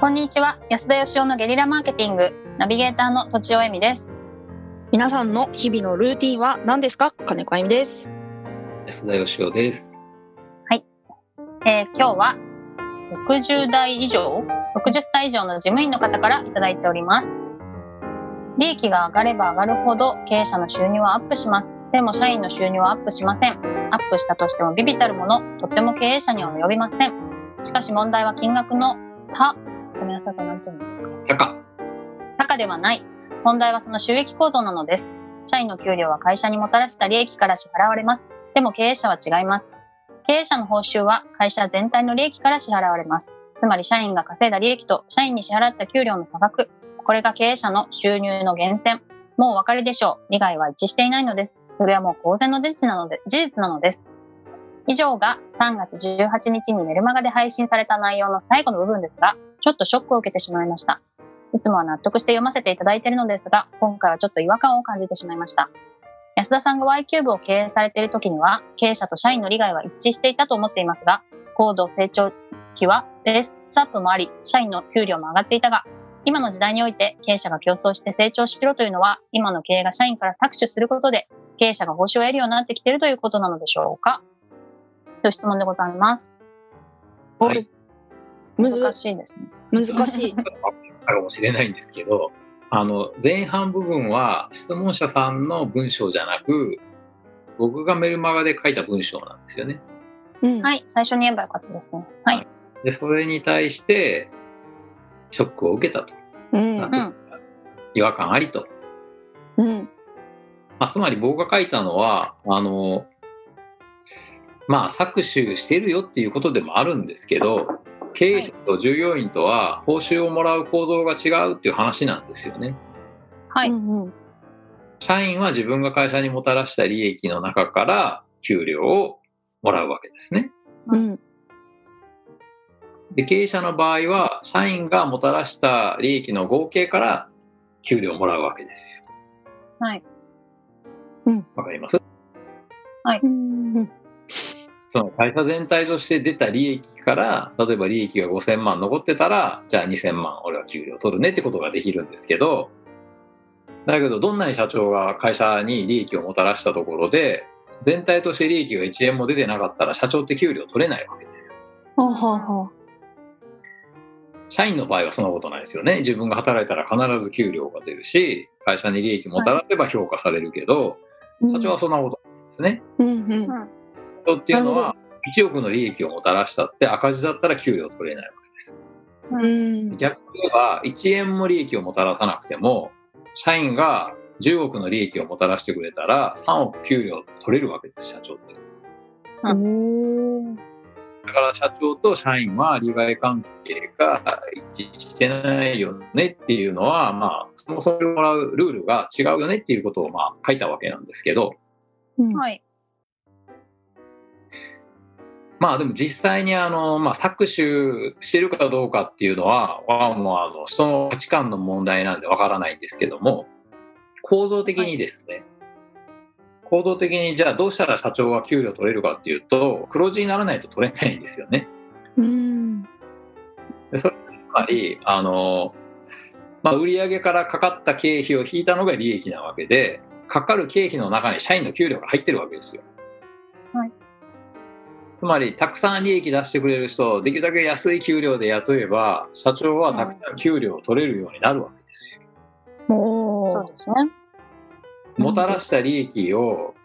こんにちは安田義雄のゲリラマーケティングナビゲーターの土地尾恵美です皆さんの日々のルーティンは何ですか金子あゆみです。安田義雄です。えー今日は60代以上60歳以上の事務員の方からいただいております利益が上がれば上がるほど経営者の収入はアップしますでも社員の収入はアップしませんアップしたとしてもビビたるものとても経営者には及びませんしかし問題は金額の他ごめんなさいこれ何て言うんですか高。高ではない。問題はその収益構造なのです。社員の給料は会社にもたらした利益から支払われます。でも経営者は違います。経営者の報酬は会社全体の利益から支払われます。つまり社員が稼いだ利益と社員に支払った給料の差額。これが経営者の収入の源泉。もうお分かりでしょう。利害は一致していないのです。それはもう公然の事実なので事実なのです。以上が3月18日にメルマガで配信された内容の最後の部分ですが、ちょっとショックを受けてしまいました。いつもは納得して読ませていただいているのですが、今回はちょっと違和感を感じてしまいました。安田さんが Y キューブを経営されている時には、経営者と社員の利害は一致していたと思っていますが、高度成長期はベースアップもあり、社員の給料も上がっていたが、今の時代において経営者が競争して成長しろというのは、今の経営が社員から搾取することで、経営者が報酬を得るようになってきているということなのでしょうかという質問でございます。はいむず難しいですね。難 しい。かもしれないんですけど、あの前半部分は質問者さんの文章じゃなく、僕がメルマガで書いた文章なんですよね。うんはい、最初に言えばよかったですね。はい。で、それに対してショックを受けたと、うんうん。違和感ありと。うんまあ、つまり僕が書いたのは、あのまあ搾取してるよっていうことでもあるんですけど、経営者と従業員とは報酬をもらう構造が違うっていう話なんですよね。はうい。んうん社員は自分が会社にもたらした利益の中から給料をもらうわけですね。うんで経営者の場合は社員がもたらした利益の合計から給料をもらうわけですよ。はい。わかりますうんうんその会社全体として出た利益から例えば利益が5000万残ってたらじゃあ2000万俺は給料取るねってことができるんですけどだけどどんなに社長が会社に利益をもたらしたところで全体として利益が1円も出てなかったら社長って給料取れないわけです。ほうほうほ社員の場合はそんなことないですよね。自分が働いたら必ず給料が出るし、会社に利益もたらせば評価されるけど、う社長はそんなことないですね。うんうん社長っていうのなは、1億の利益をもたらしたって赤字だったら給料取れないわけです。うん逆に言えば、1円も利益をもたらさなくても、社員が10億の利益をもたらしてくれたら、3億給料取れるわけです、社長って。うんだから社長と社員は利害関係が一致してないよねっていうのは、まあ、そもそももらうルールが違うよねっていうことをまあ書いたわけなんですけど、うんはい。まあでも実際にあの、まあ、搾取してるかどうかっていうのは、まあ、もうあの人の価値観の問題なんでわからないんですけども、構造的にですね、構造的にじゃあどうしたら社長は給料取れるかっていうと、黒字にならないと取れないんですよね。うんでそれつまりあの、まあ、売上からかかった経費を引いたのが利益なわけでかかる経費の中に社員の給料が入ってるわけですよ。はいつまりたくさん利益出してくれる人をできるだけ安い給料で雇えば社長はたくさん給料を取れるようになるわけですよ。おーそうですね。うんもたらした利益を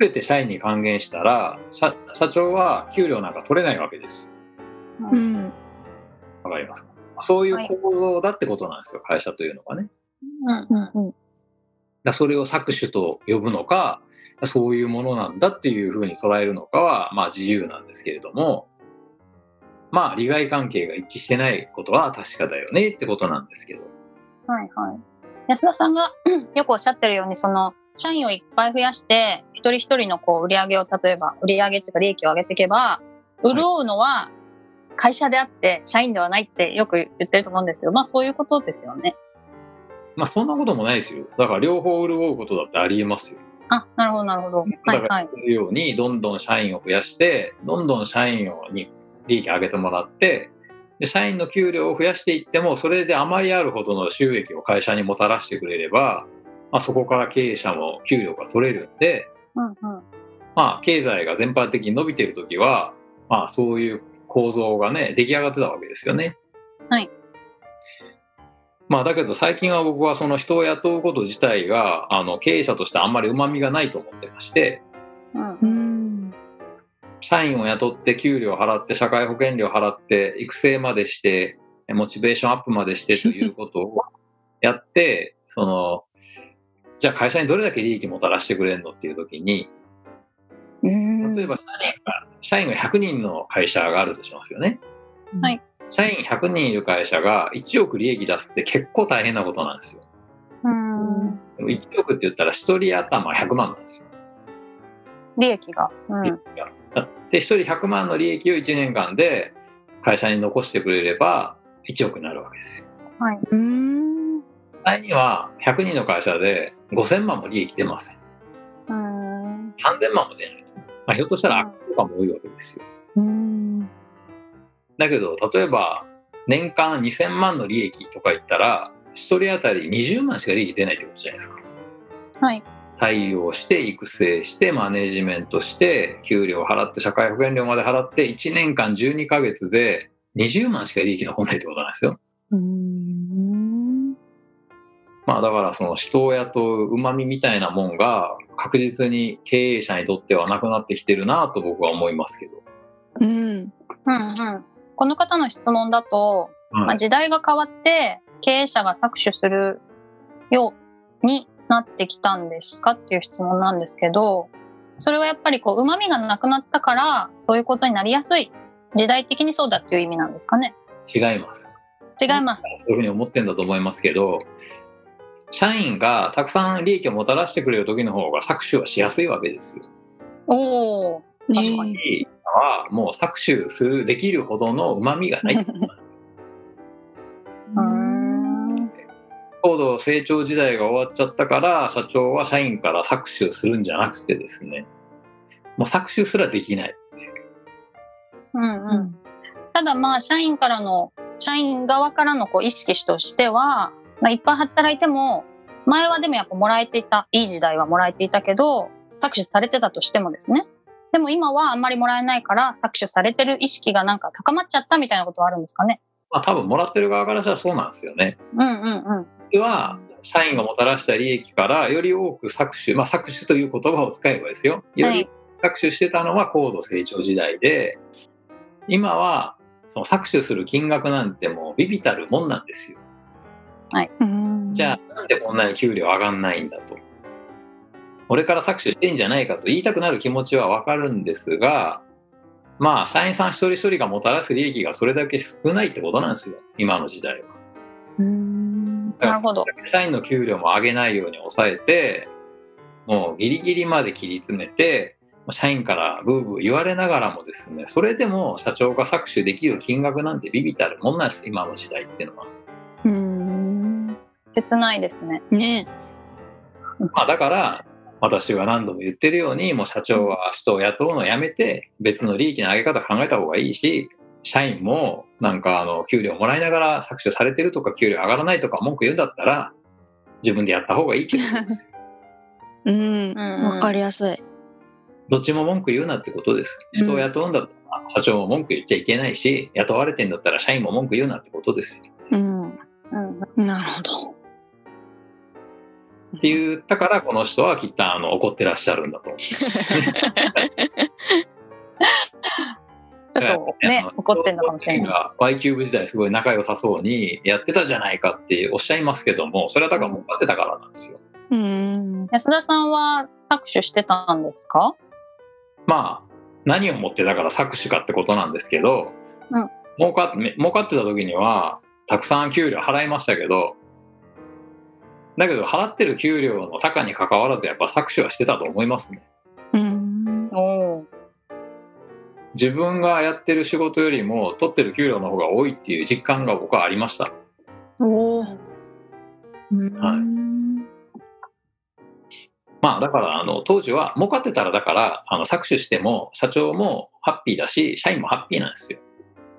全て社員に還元したら社社長は給料なんか取れないわけですよ。うんわかりますかそういはいう構造だってことなんですよ、会社というのがね。うん。うんうんだからそれを搾取と呼ぶのかそういうものなんだっていうふうに捉えるのかは、まあ、自由なんですけれどもまあ利害関係が一致してないことは確かだよねってことなんですけどはいはい。安田さんが よくおっしゃってるように、その、社員をいっぱい増やして、一人一人のこう売り上げを、例えば、売り上げというか利益を上げていけば、潤うのは会社であって、社員ではないってよく言ってると思うんですけど、まあそういうことですよね。まあそんなこともないですよだから両方潤うことだってありえますよあ、なるほど、なるほど。はいだかはらい。そういうようにどんどん社員を増やしてどんどん社員に利益上げてもらってで社員の給料を増やしていってもそれで余りあるほどの収益を会社にもたらしてくれれば、まあ、そこから経営者も給料が取れるんで、うんうん。まあ、経済が全般的に伸びてる時は、まあ、そういう構造がね出来上がってたわけですよね。はいまあ、だけど最近は僕はその人を雇うこと自体があの経営者としてあんまりうまみがないと思ってましてうんう。ん。社員を雇って給料払って社会保険料払って育成までしてモチベーションアップまでしてということをやってそのじゃあ会社にどれだけ利益もたらしてくれるのっていう時にうん例えば社員が社員が100人の会社があるとしますよね。はい社員100人いる会社が1億利益出すって結構大変なことなんですよ。うん。でも1億って言ったら1人頭100万なんですよ。利益が。うん。で1人100万の利益を1年間で会社に残してくれれば1億になるわけですよ。はい。うん。実際には100人の会社で5000万も利益出ません。うん。 3000万も出ない。まあ、ひょっとしたら悪化も多いわけですよ。うん。だけど例えば年間2000万の利益とか言ったら1人当たり20万しか利益出ないってことじゃないですか。はい。採用して育成してマネジメントして給料払って社会保険料まで払って1年間12ヶ月で20万しか利益残んないってことなんですよ。うん。まあだからその人を雇う旨味みたいなもんが確実に経営者にとってはなくなってきてるなと僕は思いますけど。うん。うんうん。この方の質問だと、まあ、時代が変わって経営者が搾取するようになってきたんですかっていう質問なんですけどそれはやっぱりこうまみがなくなったからそういうことになりやすい時代的にそうだっていう意味なんですかね違います。違いますそういうふうに思ってんだと思いますけど社員がたくさん利益をもたらしてくれる時の方が搾取はしやすいわけですよ。おお確かねにいいはもう搾取するできるほどの旨味がないーん高度成長時代が終わっちゃったから社長は社員から搾取するんじゃなくてですねもう搾取すらできないうんうんただまあ社員からの社員側からのこう意識としては、まあ、いっぱい働いても前はでもやっぱもらえていたいい時代はもらえていたけど搾取されてたとしてもですねでも今はあんまりもらえないから搾取されてる意識がなんか高まっちゃったみたいなことはあるんですかねまあ多分もらってる側からしたらそうなんですよねうんうんうん実は社員がもたらした利益からより多く搾取まあ搾取という言葉を使えばですよよはりい搾取してたのは高度成長時代で今はその搾取する金額なんてもうビビたるもんなんですようん。じゃあなんでこんなに給料上がんないんだと。俺から搾取してんじゃないかと言いたくなる気持ちはわかるんですが、まあ、社員さん一人一人がもたらす利益がそれだけ少ないってことなんですよ、今の時代は。うん。なるほど社員の給料も上げないように抑えて、もうギリギリまで切り詰めて、社員からブーブー言われながらもですね、それでも社長が搾取できる金額なんてビビたるもんなんです、今の時代っていうのは。うん。切ないですねねまあ、だから私は何度も言ってるようにもう社長は人を雇うのをやめて別の利益の上げ方考えた方がいいし社員もなんかあの給料もらいながら搾取されてるとか給料上がらないとか文句言うんだったら自分でやった方がいいってことですうんう。んうんわかりやすい。どっちも文句言うなってことです人を雇うんだったら社長も文句言っちゃいけないし雇われてんだったら社員も文句言うなってことですうん。うんなるほど。っていうだからこの人はきっとあの怒ってらっしゃるんだと思うちょっとね怒ってんのかもしれないい。Y キューブ時代すごい仲良さそうにやってたじゃないかっておっしゃいますけども、それはだから儲かってたからなんですよ。うん。安田さんは搾取してたんですかまあ、何をもってだから搾取かってことなんですけど、うん儲かっめ儲かってた時には、たくさん給料払いましたけど、だけど払ってる給料の高に関わらずやっぱ搾取はしてたと思いますね。うん。おお自分がやってる仕事よりも取ってる給料の方が多いっていう実感が僕はありました。おお。はいまあだからあの当時は儲かってたらだからあの搾取しても社長もハッピーだし社員もハッピーなんですよ。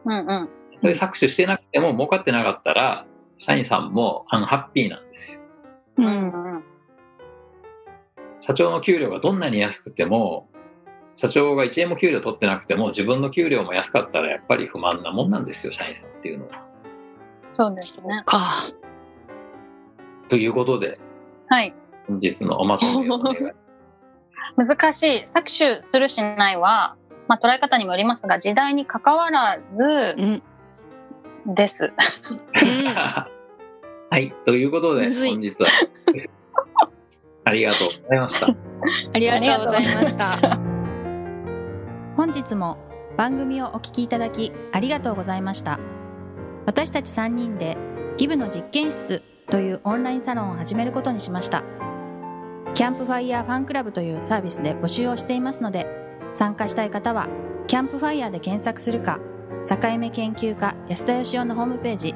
うんうんそれ搾取してなくても儲かってなかったら社員さんもアンハッピーなんですよううんん。うん社長の給料がどんなに安くても社長が1円も給料取ってなくても自分の給料も安かったらやっぱり不満なもんなんですよ社員さんっていうのは。そうですね。か。ということではい。本日のおまとめをお願い 難しい。搾取するしないは、まあ、捉え方にもよりますが、時代に関わらずうん。うん。です。はいということでむずい本日は ありがとうございました。ありがとうありございまし。がとうございました本日も番組をお聞きいただきありがとうございました私たち3人でギブの実験室というオンラインサロンを始めることにしましたキャンプファイヤーファンクラブというサービスで募集をしていますので参加したい方はキャンプファイヤーで検索するか境目研究家安田義雄のホームページ